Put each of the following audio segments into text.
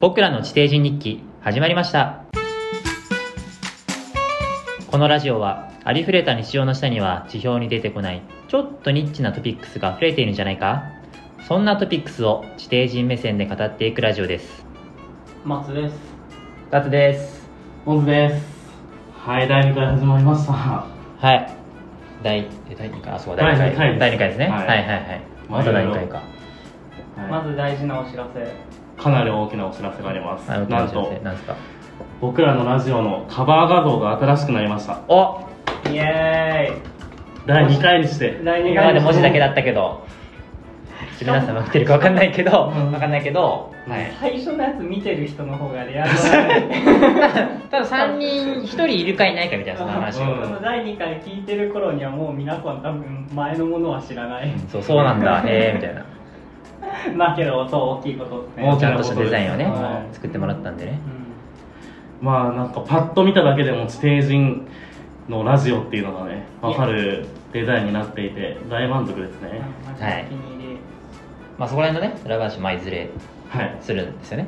僕らの地底人日記始まりましたこのラジオはありふれた日常の下には地表に出てこないちょっとニッチなトピックスが溢れているんじゃないかそんなトピックスを地底人目線で語っていくラジオです松です。ガツですモズです。はい、第2回始まりました。はい第え第2回あそう第第二2回回第第2回二回でですすね、は、はいいはいはいまた第2回かままず大事なお知らせずかなり大きなお知らせがあります。あななんんと、なんですか僕らのラジオのカバー画像が新しくなりました。おイエ第2回にしてーイ、第二今まで回です文字だけだったけ ど皆さん分かってるか分かんないけど分かんないけどはい最初のやつ見てる人の方がリアルだねただ3人1人いるかいないかみたいなその話を、うんその第2回聞いてる頃にはもう皆さん多分前のものは知らないそうそうなんだへえみたいなだけどそう大きいことです大ねきちなゃんとしたデザインをね、はい作ってもらったんでねまあなんかパッと見ただけでも地底人のラジオっていうのがね分かるデザインになっていて大満足ですねはいお気に入りまあそこら辺のね裏話まあいずれはいするんですよね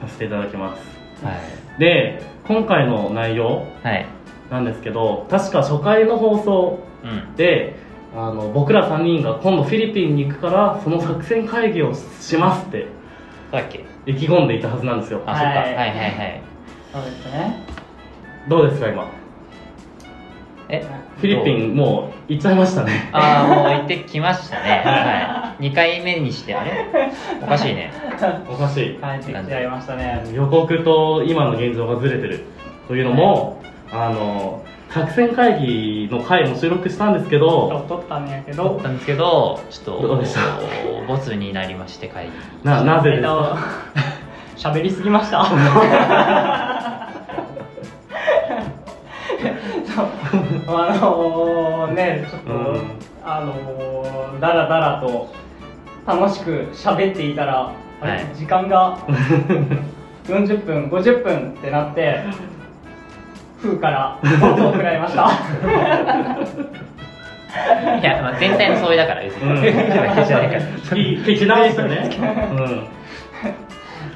させていただきますはいで今回の内容はいなんですけど確か初回の放送うんであの僕ら3人が今度フィリピンに行くからその作戦会議をしますってそうだっけ意気込んでいたはずなんですよあ、はいそっかはいはいはいそうですねどうですか今えフィリピンもう行っちゃいましたねああもう行ってきました ねはい2回目にしてあれおかしいねおかしい帰ってきちゃいましたね予告と今の現状がずれてるというのも、あの作戦会議の回も収録したんですけそどう撮ったんやけだどったんですけどちょっどとうでしたボツになりまして会議ななぜえでっすとか喋りすぎましたそうあのねちょっと、うんあのだらだらと楽しく喋っていたら、あれはい時間が40分50分ってなって風から音を食らいましたいや、まあ、全体の相違だから別に、うんだ けじゃないから聞き聞き直したね、う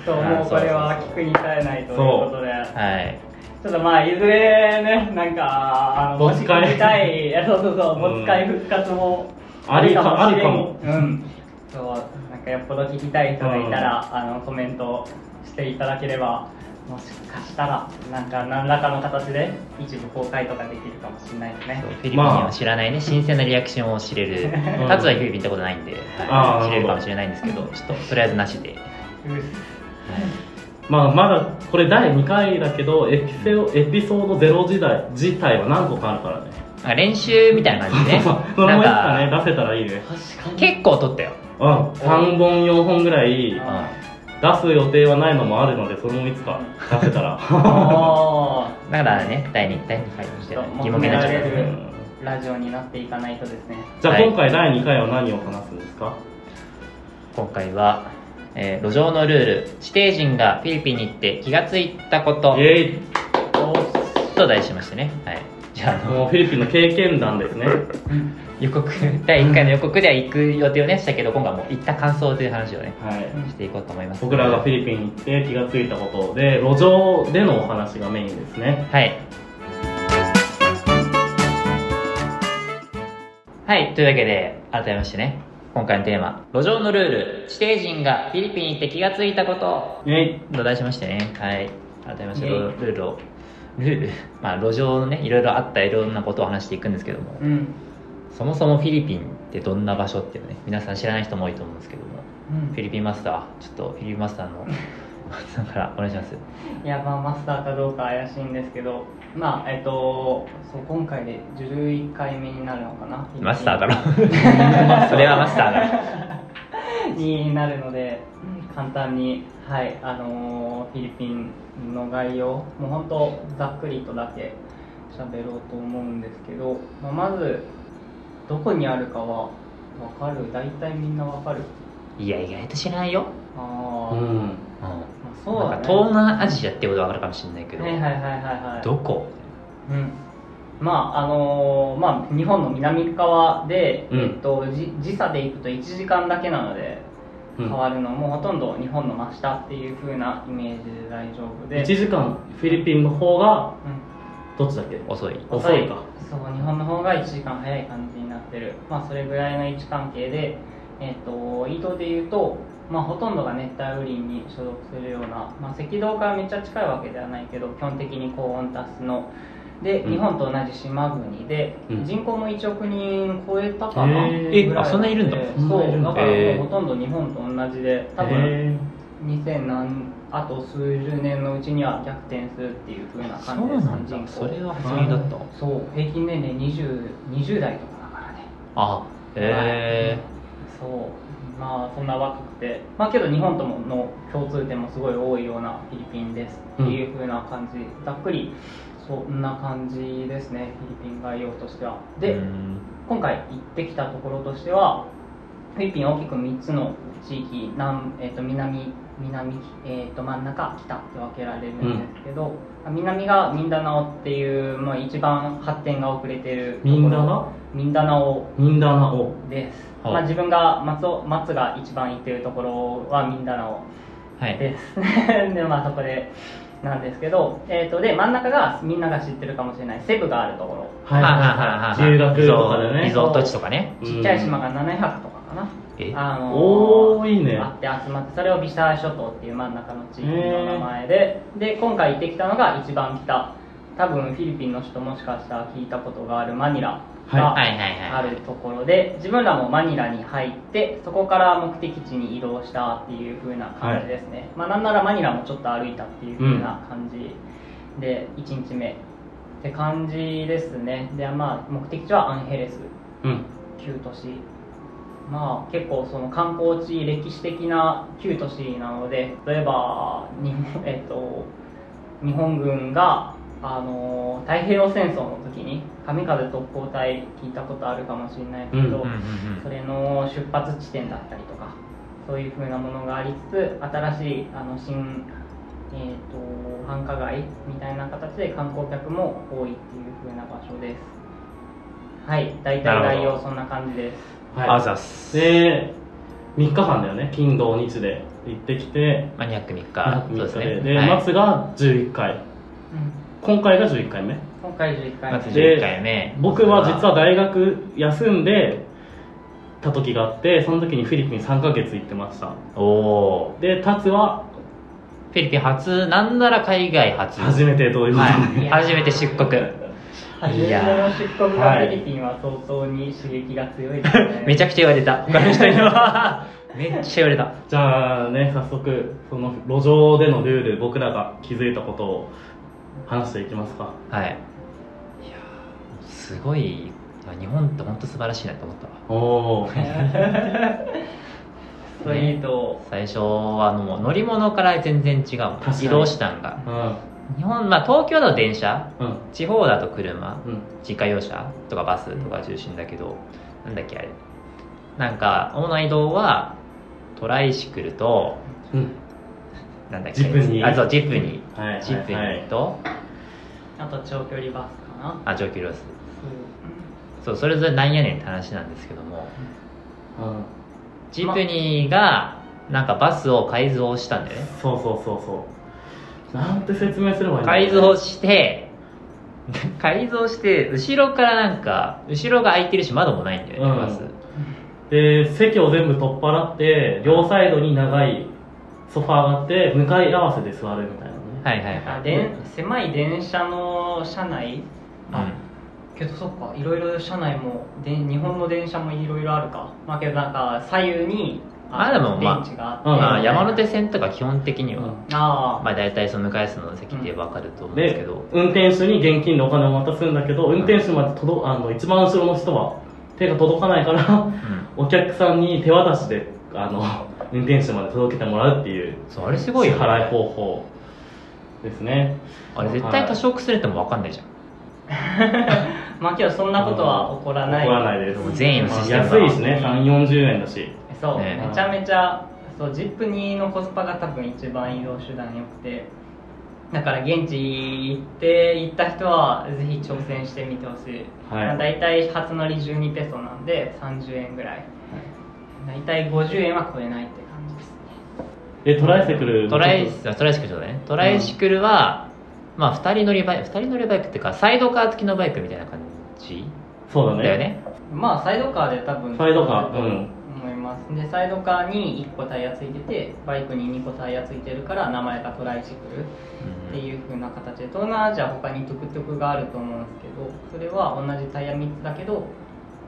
そうもうこれは聞くに耐えないということではいちょっとまあいずれねなんかあの持ち持ち帰帰りりたいいやそうそうそううん持ち帰り復活もん、ありかあしりれんかもうんそうなんかよっぽど聞きたい人がいたら、あのコメントしていただければもしかしたらなんか何らかの形で一部公開とかできるかもしれないですねそうフィリピンを知らないね、新鮮なリアクションを知れるうん達はフィリピン行ったことないんで、あはーい、知れるかもしれないんですけどちょっととりあえずなしで、はいうっまあ、まだこれ第2回だけどエピセオエピソードゼロ時代自体は何個かあるからねなんか練習みたいな感じでね そうそうそれなもんいつかねか出せたらいいね確かに結構撮ったよ、うん3本4本ぐらいうん、あ出す予定はないのもあるのでそれもいつか出せたら おーだからね第2第2回みたいな疑問になっちゃっ求ためられるう んラジオになっていかないとですねじゃあはい今回第2回は何を話すんですか今回は、えー路上のルール地底人がフィリピンに行って気がついたことイエイおーと題しましてねはいじゃああのもうフィリピンの経験談ですね予告第1回の予告では行く予定をねしたけど今回はもう行った感想という話をねはいしていこうと思います僕らがフィリピンに行って気がついたことで路上でのお話がメインですねはいはいというわけで改めましてね今回のテーマ「路上のルール地底人がフィリピンに行って気がついたことイエイ」と題しましてねはい改めましてイルェールをルールまあ路上のねいろいろあったいろんなことを話していくんですけどもうんそもそもフィリピンってどんな場所っていうのね皆さん知らない人も多いと思うんですけどもうフんィリピンマスターちょっとフィリピンマスターの 松さんからお願いしますいやまあマスターかどうか怪しいんですけどまあえっとそう今回で11回目になるのかなマスターだろそれはマスターだろになるので簡単にはいあのーフィリピンの概要もう本当ざっくりとだけ喋ろうと思うんですけど、まあ、まずどこにあるかは分かる大体みんな分かるいや意外と知らないよ、あうあ、まんうんなんあ、そうだかね東南アジアってことは分かるかもしれないけど、はいはいはいはいはいどこうん、まああのーまあ日本の南側で、うんえっと、じ時差で行くと1時間だけなのでうん変わるのもほとんど日本の真下っていう風なイメージで大丈夫で、 1時間フィリピンの方がうんどっちだっけ遅い遅いかそう日本の方が1時間早い感じになってる、まあ、それぐらいの位置関係で、えっと移動でいうと、まあ、ほとんどが熱帯雨林に所属するような、まあ、赤道からめっちゃ近いわけではないけど基本的に高温多湿ので、うん日本と同じ島国で、うん人口も1億人超えたかなへーぐらいえあそんないるんだでそんそないうるんだだからへもーうほとんど日本と同じで多分へ2000何あと数十年のうちには逆転するっていう風なそ感じうですなんだ人口それは初耳だったそう平均年齢 20, 20代とかだからねあへそうまあそんな若くてまあけど日本ともの共通点もすごい多いようなフィリピンですっていう風な感じ、ざっくりそんな感じですねフィリピン概要としてはえで、うん今回行ってきたところとしてはフィリピンは大きく3つの地域南、えー、と南南、えー、と真ん中北って分けられるんですけど、南がミンダナオっていう、まあ、一番発展が遅れてるところミンダナミンダナオミンダナオです、はいまあ、自分が松尾松が一番行ってるところはミンダナオはいです、 でまあそこでなんですけど、えー、とで真ん中がみんなが知ってるかもしれないセブがあるところはいはいはいはいはい留学とかでねリゾート地とかねちっちゃい島が700とかかな、えあのーおーいいねあって集まってそれをビサー諸島っていう真ん中の地域の名前でで今回行ってきたのが一番北多分フィリピンの人もしかしたら聞いたことがあるマニラがはいはいはいあるところで自分らもマニラに入ってそこから目的地に移動したっていう風な感じですね、まあなんならマニラもちょっと歩いたっていう風な感じで1日目って感じですねでまあ目的地はアンヘレスうん旧都市まあ結構その観光地歴史的な旧都市なので例えば日本,、えっと、日本軍があの太平洋戦争の時に神風特攻隊聞いたことあるかもしれないけど、うんううんんうんそれの出発地点だったりとかそういうふうなものがありつつ新しいあの新、えー、と繁華街みたいな形で観光客も多いっていうふうな場所ですはい大体なるほど概要そんな感じですうんあはざっすいで3日間だよね金土日で行ってきてマニアック3日約そう3です日でねではい松が11回今回が11回目今回11回目松で11回目僕は実は大学休んでた時があってその時にフィリピン3ヶ月行ってましたおおでタツはーフィリピン初なんなら海外初初めてどういうことはにいいやー初めて出国初めいてやのー出国がフィリピンは相当に刺激が強いですねめちゃくちゃ言われ た他の人にはめっちゃ言われたじゃあね早速その路上でのルール僕らが気づいたことを話していきますかはいいやーすごいいや日本って本当素晴らしいなと思ったわおおー ストリート最初はもう乗り物から全然違うもん確かに移動手段がう日本まあ東京だと電車んうん地方だと車うん自家用車とかバスとか中心だけど、なんだっけあれなんか主な移動はトライシクルとうんなんだっけジプニーあそうジプニはいはーいジプニはいーと、あと長距離バスかなあ上級ロスそうそれぞれなんやねんって話なんですけどもうんジプニーがなんかバスを改造したんだよねそうそうそうそうなんて説明すればいいんだろう改造して 改造して後ろからなんか後ろが空いてるし窓もないんだよね、うんバスで席を全部取っ払って両サイドに長いソファーがあって向かい合わせで座るみたいなね、はいはいはあいでん狭い電車の車内あけどそっかいろいろ車内もで日本の電車もいろいろあるかまあけどなんか左右にあでもまあ電池があって、うんんまあ、山手あ線とか基本的には、あ、まあ、大体その向かい室の席で分かると思うんですけでど、運転手に現金でお金を渡すんだけど運転手まで届あの一番後ろの人は手が届かないからうんお客さんに手渡しであの運転手まで届けてもらうっていうそうあれす支ごいよね払い方法ですねあれ絶対多少崩れても分かんないじゃんまあけどそんなことは起こらない、怒らないですもう善意のシステムだ安いしね3 4 0円だしそう、ねめちゃめちゃそうジップニーのコスパが多分一番移動手段良くてだから現地行って行った人はぜひ挑戦してみてほしい、はいまあ大体初乗り12ペソなんで30円ぐらい大体50円は超えないって感じでトライセクルトライストライシクルだねトライシクルは、まあ2人乗りバイク2人乗りバイクっていうかサイドカー付きのバイクみたいな感じそうだねだよねまあサイドカーで多分サイドカーとうん思いますでサイドカーに1個タイヤついててバイクに2個タイヤついてるから名前がトライシクルっうてんいう風な形で東南アジア他にトゥクトゥクがあると思うんですけどそれは同じタイヤ3つだけど、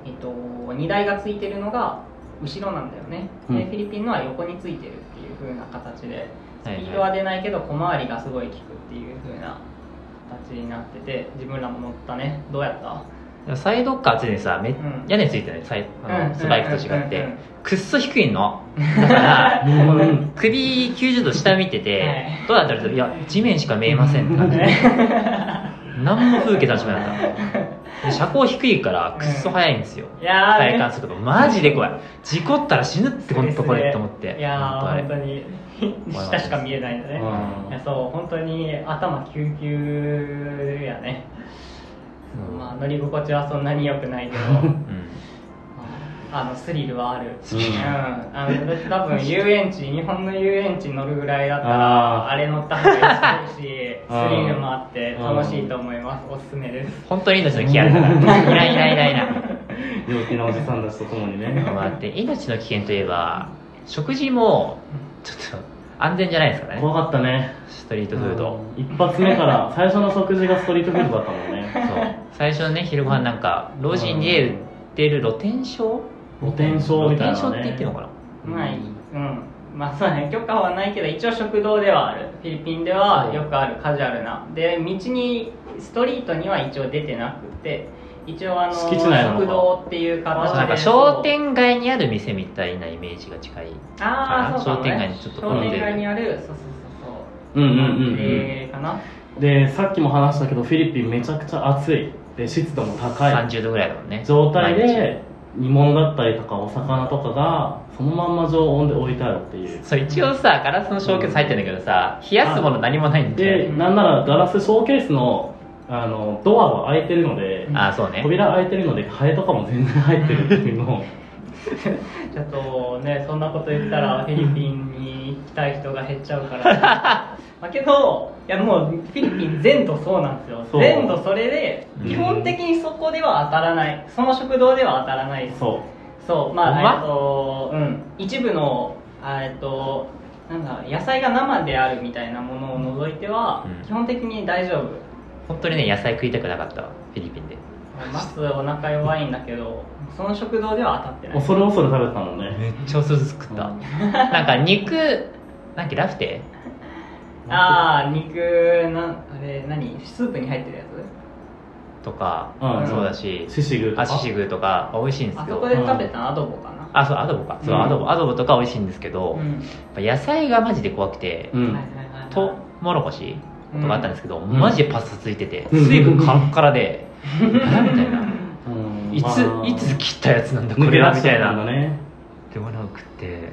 えっと、荷台がついてるのが後ろなんだよね、うんでフィリピンのは横についてるっていう風な形でスピはいはいードは出ないけど小回りがすごい効くっていう風な形になってて自分らも乗ったねどうやったでもサイドカーついてさめ、ん屋根ついてないサイあうんのスバイクと違って、うんうんうんくっそ低い のだからうん首90度下見てて、はいどうだったらいや地面しか見えませんって感じで何も風景楽しめなかったで車高低いからくっそ速いんですよ、いやー体感速度マジで怖い事故ったら死ぬってこのとこでと思っていやー本本当当あれに下しか見えないんだねうんいやそう本当に頭キューキューやね、うんまあ乗り心地はそんなに良くないけどうんあのスリルはある、うんあの私多分遊園地日本の遊園地に乗るぐらいだったらあーあれ乗った方がいいしスリルもあってうん楽しいと思いますおすすめです本当に命の危険あるからいないいないいないいない 陽気なおじさんたちと共にね まああって命の危険といえば食事もちょっと安全じゃないですからね怖かったねストリートフード、うん一発目から最初の食事がストリートフードだったもん ねそう最初のね昼ご飯なんか老人で売ってる露天商露天商みたいなね露天商って言ってるのかなまあいいうんまあそうね許可はないけど一応食堂ではあるフィリピンではよくあるカジュアルなで道にストリートには一応出てなくて一応あの敷地内なのか食堂っていう形でなんか商店街にある店みたいなイメージが近いああそうかも、ね、商店街にちょっと商混んでる店街にあるそうそうそううんそううんうん、えーかなうん、でさっきも話したけどフィリピンめちゃくちゃ暑いで湿度も高い30度ぐらいだもんね状態毎日で煮物だったりとかお魚とかがそのまんま常温で置いてあるっていうそう一応さガラスのショーケース入ってんだけどさ冷やすもの何もないんででなんならガラスショーケースのあのドアは開いてるのでああそうね扉開いてるのでハエとかも全然入ってるっていうのをちょっとねそんなこと言ったらフィリピンに行きたい人が減っちゃうから まあけどいやもうフィリピン全土そうなんですよそう全土それでうん基本的にそこでは当たらないその食堂では当たらないですそそうまほんまあえっとうん一部のあえっとなんだ野菜が生であるみたいなものを除いては、うん基本的に大丈夫本当にね野菜食いたくなかったわフィリピンで マスお腹弱いんだけどその食堂では当たってうない恐れ恐れ食べてたもんねめっちゃお寿司作ったなんか肉なんかラフテああ肉なあれ何スープに入ってるやーとかうんそうだしシシグとかアシシグとか美味しいんつであすそよこで食べたのアドボかなあそうアドボかそううんアドボアドボとか美味しいんですけどう、んやっぱ野菜がマジで怖くて、うんはいはいはいはいとうもろこしとかあったんですけど、んマジでパスタついてて、うん水分カラッカラ で、えみたいなうんいつ、まあいつ切ったやつなんだこ抜けれ出はみしたいたんだなねでもなくて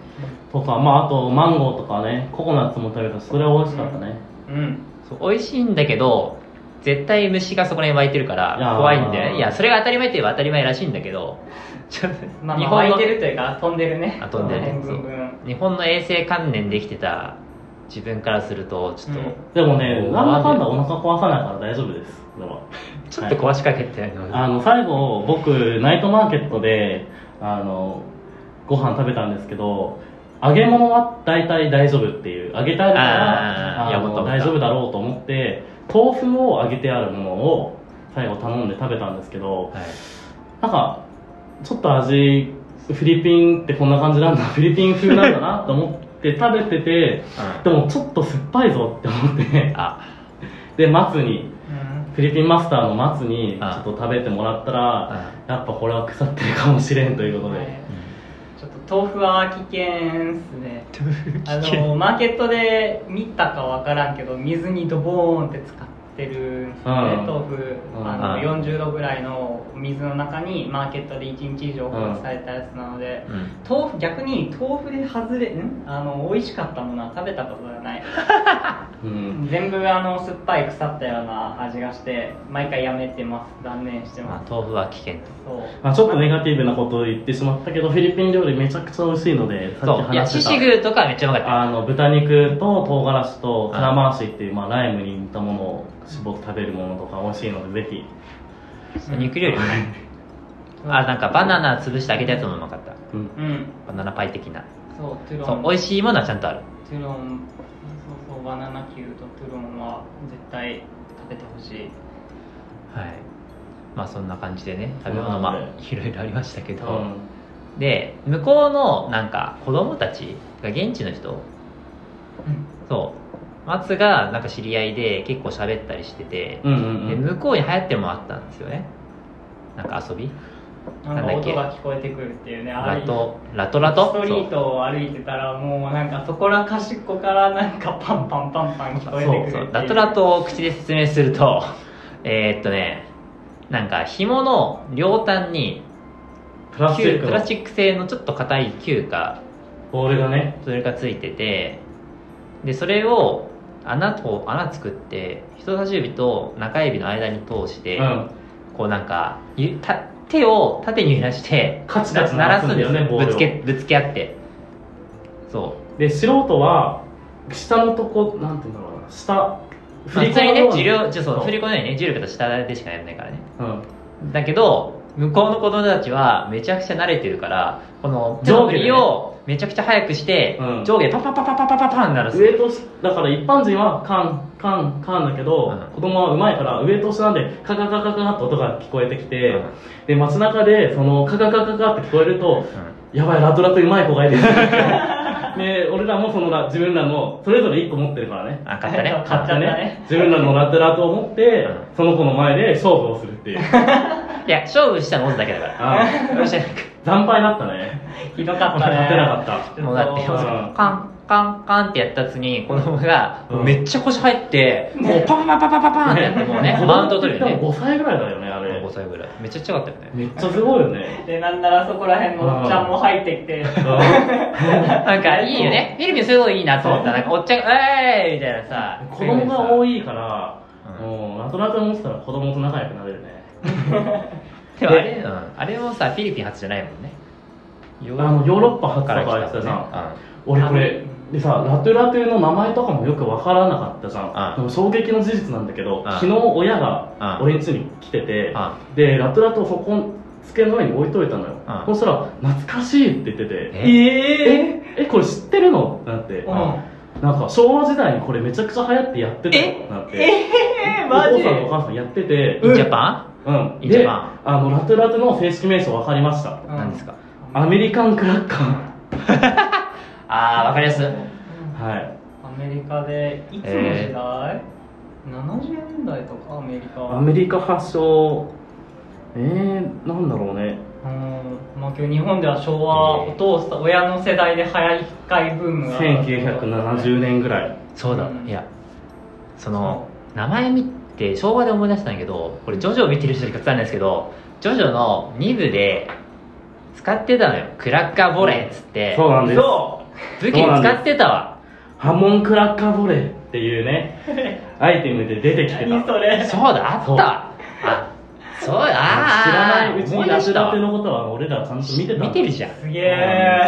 とかまああとマンゴーとかねココナッツも食べたしそれは美味しかったね、うんそう美味しいんだけど絶対虫がそこら辺湧いてるかいやらー怖いんでいやそれが当たり前といえば当たり前らしいんだけ どちょっとまあ日まあ本湧いのてるというか飛んでるねあ飛んでるねうんうんうん日本の衛生観念できてた自分からするとちょっと、うんでもねうんなんだかんだお腹壊さないから大丈夫ですではちょっと壊しかけてるの、あの最後僕ナイトマーケットであのご飯食べたんですけど揚げ物は大体大丈夫っていう揚げてあるかあーらあいやの思った大丈夫だろうと思って豆腐を揚げてあるものを最後頼んで食べたんですけどはい、なんかちょっと味フィリピンってこんな感じなんだ フィリピン風なんだなと思って食べててでもちょっと酸っぱいぞって思ってあで松にうんフィリピンマスターの松にちょあっと食べてもらったらあやっぱこれは腐ってるかもしれんということで、はいちょっと豆腐は危険っすねうんあのマーケットで見たかわからんけど水にドボーンって使っってるんですよねうん豆腐うんあのう40度ぐらいの水の中にマーケットで1日以上放置されたやつなのでうん豆腐逆に豆腐で外れんあの美味しかったものは食べたことがないうん全部あの酸っぱい腐ったような味がして毎回やめてます断念してままあ、豆腐は危険とすそうまあ、ちょっとネガティブなことを言ってしまったけどフィリピン料理めちゃくちゃ美味しいのでさそっきういや話シしシてグとかはめっちゃうまかったよたあの豚肉と唐辛子とカラマーシっていう、まあ、ライムに似たものを絞って食べるものとか美味しいのでぜひうん肉 料理もねあなんかバナナ潰して揚げたやつもうまかったうんうんバナナパイ的なそうトゥロンそう美味しいものはちゃんとあるトゥロンそうそうバナナキューとトゥロンは絶対食べてほしいはいまあそんな感じでね食べ物まうあいろいろありましたけうど、んで向こうのなんか子供たちが現地の人そう松がなんか知り合いで結構喋ったりしてて、うんうんうでん向こうに流行ってるものあったんですよねなんか遊びなんなかんだっけ音が聞こえてくるっていうねあラれトラトラトストリートを歩いてたらもうなんかそこらかしっこからなんかパンパンパンパン聞そこうえてくるそうっそうていうラトラトを口で説明するとえーっとねなんか紐の両端にプラスチ球ックプラスのチック製のちょっと硬い球かボールがねそれがついててでそれを穴と穴作って人差し指と中指の間に通しうて、んこうなんかゆた手を縦に揺らしてカチカチ鳴らすんだよねボールをぶつけぶつけ合ってそうで素人は下のとこなんて言うんだろうな下普通にねよう受領ちょそうそう振り子のようにね重力と下でしかやらないからねうんだけど向こうの子供たちはめちゃくちゃ慣れてるからこの手の振りをめちゃくちゃ速くしてうん上下でパパパパパパパパン鳴らす上としだから一般人はカンカンカンだけど、うん子供はうまいから上と下なんでカカカカカカって音が聞こえてきて、うんで街中でそのカカカカカって聞こえるとうんやばいラトラとうまい子が いるで俺らもそのラ自分らのそれぞれ1個持ってるからねあ買ったね買っちゃったね自分らのラトラと思って、うんその子の前で勝負をするっ ていういや勝負したのオズだけだからあ勝負してないか惨敗だったねひどかっ俺たね勝てなかもうだってちょっとうんカンカンカンってやったやつに子供がうんめっちゃ腰入ってもうパンパンパンパンパンパンってやってもうね ったマウント取るよね5歳ぐらいだよねあれ5歳ぐらいめっちゃ近かったよねめっちゃすごいよ ねでなんならそこら辺のおっちゃんも入ってきてなんかいいよねフィリピンそういうといいなと思ったなんかおっちゃんが「えーい!」みたいなさ子供が多いいから、もうラトラト思ってたら子供と仲良くなれるねでもあれうんあれもさフィリピン初じゃないもんねヨあのヨーロッパッ発とか言ってたじゃん、ん俺これでさラトゥラトゥの名前とかもよくわからなかったじゃうんんでも衝撃の事実なんだけどうん昨日親がうん俺ん家に来ててうんでラトゥラトゥをそこん机の上に置いといたのようんそしたら「懐かしい」って言っててえ「ええこれ知ってるの?」ってなってうんなんか昭和時代にこれめちゃくちゃ流行ってやってたよってなってえおマジ父さんとお母さんやっててインジャパうんンインジャでパあンのラトゥラトゥの正式名称わかりましたうんなんですかアメリカンクラッカーあーわかりやすいうんはいアメリカでいつの時代、70年代とかアメリカアメリカ発祥えー、なんだろうねうんまあ、今日日本では昭和、えーお父さん親の世代で流行り回ブームが1970年ぐらいそうだうんいやその名前見て昭和で思い出したんだけどこれジョジョを見てる人に伝わらないですけどジョジョの2部で使ってたのよクラッカーボレーっつってそうなんですそう武器に使ってたわハモンクラッカーボレーっていうね アイテムで出てきて何たそれそうだあったわあそうだあー知らないうち思にい出ラしジたラわテのことは俺らちゃんと見てた見てるじゃんすげえ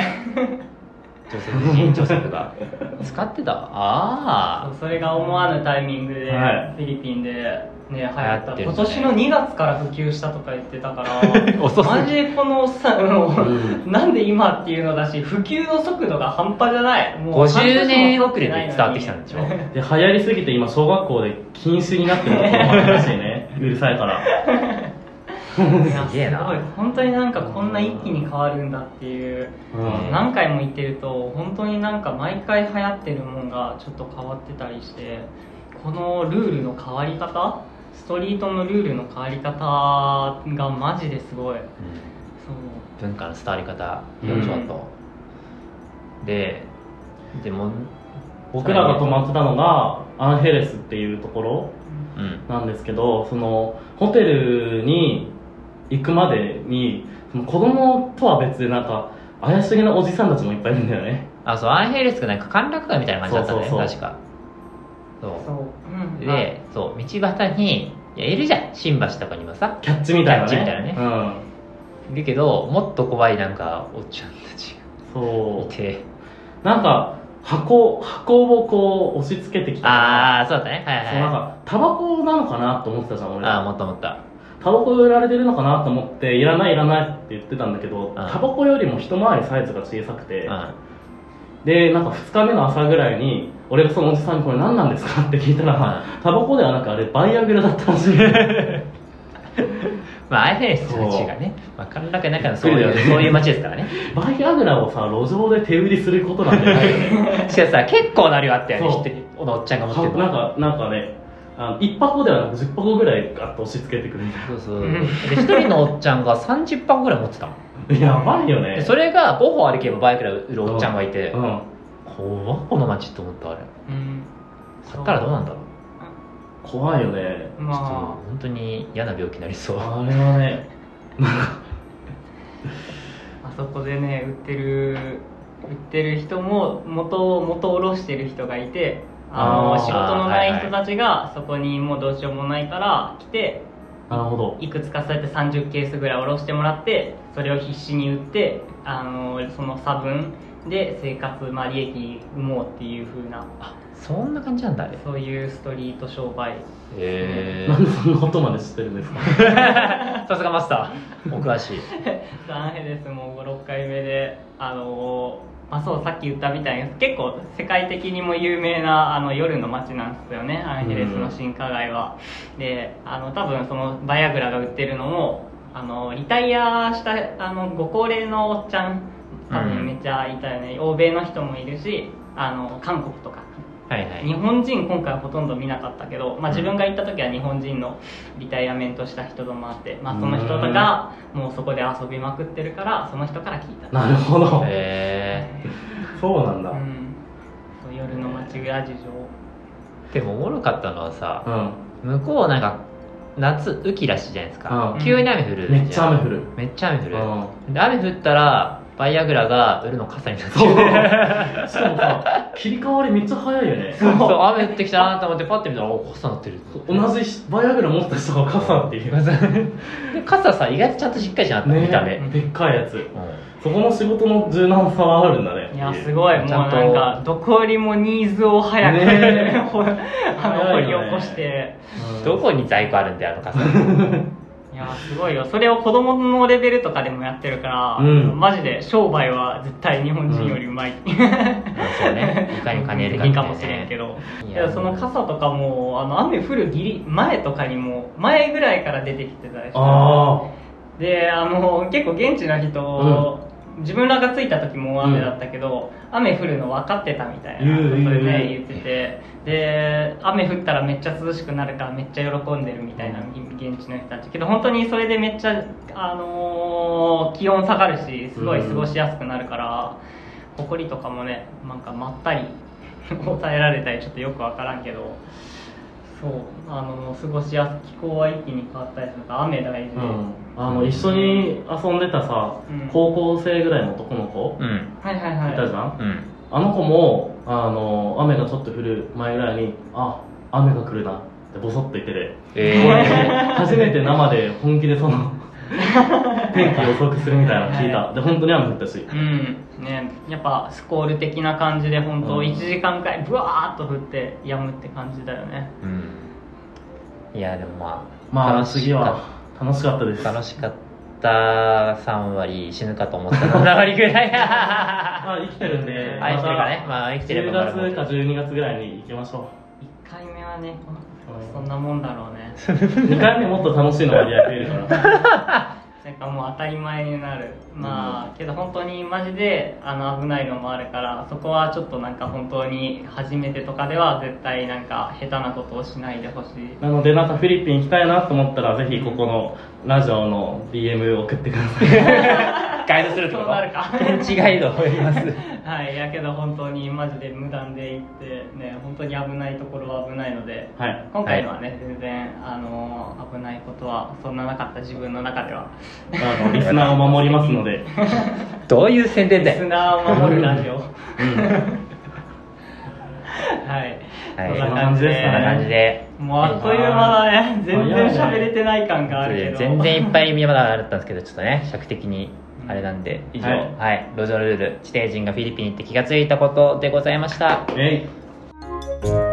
ジョセフジンジョセフが使ってたわあそれが思わぬタイミングで、はいフィリピンで、ね、流行った流行今ってる年の2月から普及したとか言ってたから 遅すぎマジでこのさあの、うなんで今っていうのだし普及の速度が半端じゃないあもう50年遅れで半年も経伝わってきたんでしょないのにで流行りすぎて今小学校で禁止になってるのらしいね うるさいからすげえいやなすごい本当になんかこんな一気に変わるんだっていう、うん何回も言ってると本当になんか毎回流行ってるもんがちょっと変わってたりしてこのルールの変わり方ストリートのルールの変わり方がマジですごいうんそう文化の伝わり方4兆と、ででも僕らが泊まってたのがアンヘレスっていうところうんなんですけどそのホテルに行くまでにその子供とは別でなんか怪しげなおじさんたちもいっぱいいるんだよねあそうアンヘイレスがなんか歓楽街みたいな感じだったんだよねそうそうそ確かそそうううんでそう道端にいやいるじゃん新橋とかにもさキャッチみたいなねキャッチみたいなねいるけどもっと怖いなんかおっちゃんたちうん、がいそてうなんか箱箱をこう押し付けてきたからああそうだったねはいそうなんはいかタバコなのかなと思ってたじゃん俺ああもっともっとタバコ売られてるのかなと思っていらないいらないって言ってたんだけどんタバコよりも一回りサイズが小さくて、うでなんか2日目の朝ぐらいに俺がそのおじさんにこれ何なんですかって聞いたら、タバコではなくあれバイアグラだったら しいんまあアンヘイレスの街がねまあ歓楽街なんかのそそういうだよねうそういう街ですから ねバイアグラをさ路上で手売りすることなんてないよねしかしさ結構な量あったよねそう知ってるおっちゃんが持かってるのなんかなんかねあの1箱ではなく10箱ぐらいガッと押し付けてくるみたいそうそううんで一人のおっちゃんが30箱ぐらい持ってた のなやばいよねでそれが5歩歩けばバイクで売るおっちゃんがいてうん怖っこの街と思ったあれうん買ったらどうなんだろう怖いよねちょっとま本当に嫌な病気になりそうあれはねああそこでね売ってる売ってる人も元を元を下ろしてる人がいてあのあ仕ー事のなはいいはい人たちがそこにもうどうしようもないから来てなるほどいくつかそうやって30ケースぐらい下ろしてもらってそれを必死に売ってあのその差分で生活、まあ、利益生もうっていう風なあそんな感じなんだあれへそういうストリート商売えなんでそんなことまで知ってるんですかさすがマスターお詳しいダンヘレスも56回目であのまあ、そうさっき言ったみたいに結構世界的にも有名なあの夜の街なんですよねアンヘレスの新華街は、であの多分そのバイアグラが売ってるのもあのリタイアしたあのご高齢のおっちゃん多う分んめっちゃいたよね、欧米の人もいるしあの韓国とかはいはい日本人今回はほとんど見なかったけど、まあ、自分が行った時は日本人のリタイアメントした人ともあって、まあ、その人とかもうそこで遊びまくってるからその人から聞いた、なるほどへそうなんだう、うんそう夜の街が事情えでもおもろかったのはさん向こうなんか夏雨季らしいじゃないですか、うん急に雨降るじゃんめっちゃ雨降るめっちゃ雨降るう、んで雨降ったらバイアグラが売るの傘になってそうしるかもさ切り替わりめっちゃ早いよね そうそう雨降ってきたなと思ってパッて見たらお傘なってる同じしバイアグラ持った人が傘っていうで傘さ意外とちゃんとしっかりしなかった、見た目、ねでっかいやつうんそこの仕事の柔軟さはあるんだねいやすごいもうちゃなんんとかどこよりもニーズを早く、ねえ ほあの掘早いりよね起こしてうんどこに在庫あるんだよあの傘いやすごいよそれを子供のレベルとかでもやってるから、うんマジで商売は絶対日本人よりうま い、そうねいかに金入れいいかもしれんけどいやその傘とかもあの雨降るぎり前とかにも前ぐらいから出てきてたりしてあであの結構現地の人、自分らが着いた時も雨だったけど、雨降るの分かってたみたいな言うことでね言言っててで雨降ったらめっちゃ涼しくなるからめっちゃ喜んでるみたいな現地の人たちけど本当にそれでめっちゃ、あのー気温下がるしすごい過ごしやすくなるから、埃とかもねなんかまったり 抑えられたりちょっとよく分からんけど。そうあの過ごしやす気候は一気に変わったりするから雨大事で、ーうんあの一緒に遊んでたさうん高校生ぐらいの男の子うんはいはいはいいたじゃんうんあの子もあの雨がちょっと降る前ぐらいにあ雨が来るなってボソッと言っててえ 初めて生で本気でその天気予測するみたいなの聞いたで本当に雨降ったしうんねやっぱスコール的な感じで本当うん1時間くらいブワーっと降ってやむって感じだよねー、うんいやでもまあまあ楽しか次は楽しかったです楽しかった3割死ぬかと思った7割ぐらいまあ生きてるんで、あ生きてるからねまあ生きてれ10ば分月かかる12月ぐらいに行きましょ1回目はねうんそんなもんだろう ねう2回目もっと楽しいのがやってるからなんかもう当たり前になるまあ、けど本当にマジであの危ないのもあるからそこはちょっとなんか本当に初めてとかでは絶対なんか下手なことをしないでほしい なのでなんかフィリピン行きたいなと思ったらぜひここのラジオの DM 送ってくださいガイドするってこそうとなるか現地ガイドをやります はいやけど本当にマジで無断で行ってね本当に危ないところは危ないのではい今回のはね、全然あのー危ないことはそんななかった自分の中ではあのリスナーを守りますので、どういう宣伝リだよスナーを守るラジオ はうんい、はいそんな感じですこんなか感ねじでもうあっという間だね全然喋れてない感があるけど全然いっぱい見まだあったんですけどちょっとね尺的にあれなんで以上ははい、路上ルール地底人がフィリピンに行って気がついたことでございましたえい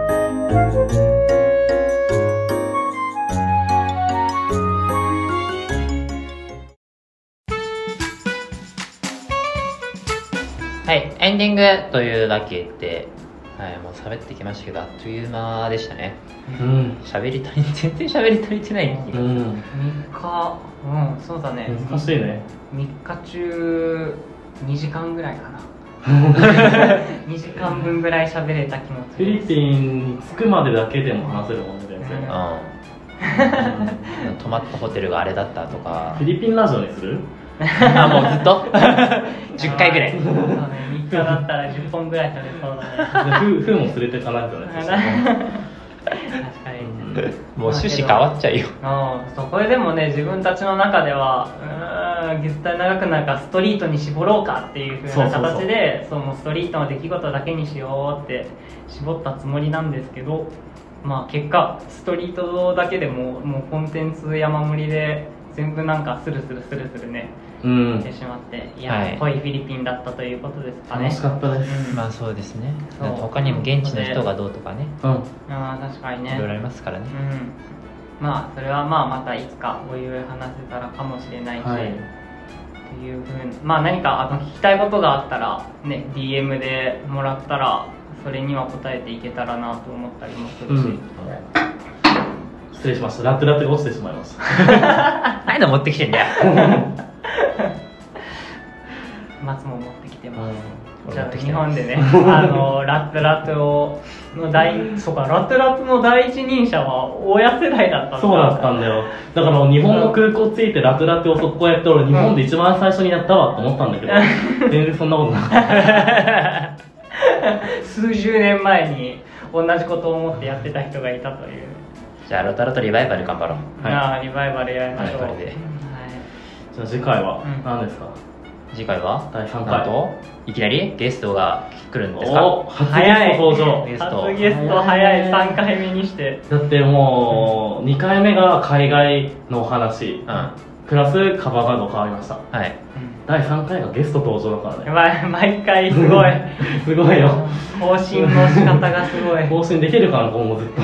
はいエンディングというだけで、はい、もう喋ってきましたけどあっという間でしたねうん喋り足り 全然喋り足りてない気うがん3日うんそうだね難しいね3日中2時間ぐらいかな2時間分ぐらい喋れた気もすフる ィリピンに着くまでだけでも話せるもんね全然、うんうん泊まったホテルがあれだったとか フィリピンラジオにするあもうずっと10回ぐらいそうだね3日だったら10本ぐらい喋れそうだねふふも連れてかないとねそしたら確かにもう趣旨変わっちゃうようんそこででもね自分たちの中ではうーん絶対長くなんかストリートに絞ろうかっていう風なそうそうそう形でそのストリートの出来事だけにしようって絞ったつもりなんですけどまあ結果ストリートだけでももうコンテンツ山盛りで全部なんかスルスルスルスルねうんしてしまっていや、はい濃いフィリピンだったということですかね楽しかったですうんまあそうですねそう他にも現地の人がどうとかねうんあー確かにいねろいろありますからねうんまあそれはまあまたいつかおいおい話せたらかもしれないし、はいっていうふうにまあ何かあの聞きたいことがあったらね DM でもらったらそれには答えていけたらなと思ったりもするし、うん失礼しましたラットラットが落ちてしまいました何の持ってきてんだよ松も持ってきてまうす、んじゃ持っあてき日てま本すでねあのラットラットをの第そうかラットラットの第一人者は親世代だったんだそうだったんだよだから日本の空港着いてラットラットを速攻やって俺日本で一番最初にやったわと思ったんだけ ど全然そんなことなかっ数十年前に同じことを思ってやってた人がいたという、じゃあロタロトリバイバル頑張ろうはいまあリバイバルやりましょう、はいこれでたじゃあ次回はうん何ですか次回は第3なん回といきなりゲストが来るんですおか初ゲスト登場いゲスト初ゲスト早い3回目にしてだってもう2回目が海外のお話うんはプラスカバーガード変わりましたい第3回がゲスト登場だからねまあ毎回すごい すごいよ更新の仕方がすごい更新できるかな今後ずっ と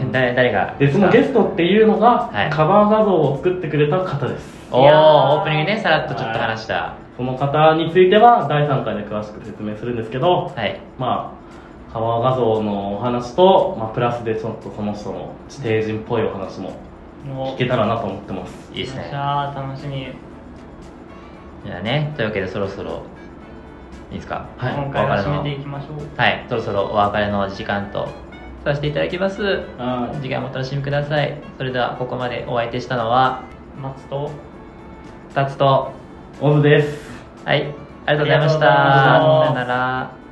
うん誰誰がでそのゲストっていうのが、はいカバー画像を作ってくれた方ですおおいやーオープニングねさらっとちょっと話したその方については第3回で詳しく説明するんですけどはいまあカバー画像のお話と、まあ、プラスでちょっとその人の地底人っぽいお話もも 聞けたらなと思ってますいいですねじゃあ楽しみ、じゃあねというわけでそろそろいいですかはい今回は締めていきましょうはいそろそろお別れの時間とさせていただきますはい次回もお楽しみくださいそれではここまでお相手したのは松と2つとオズですはいありがとうございましたありがとうございますさよなら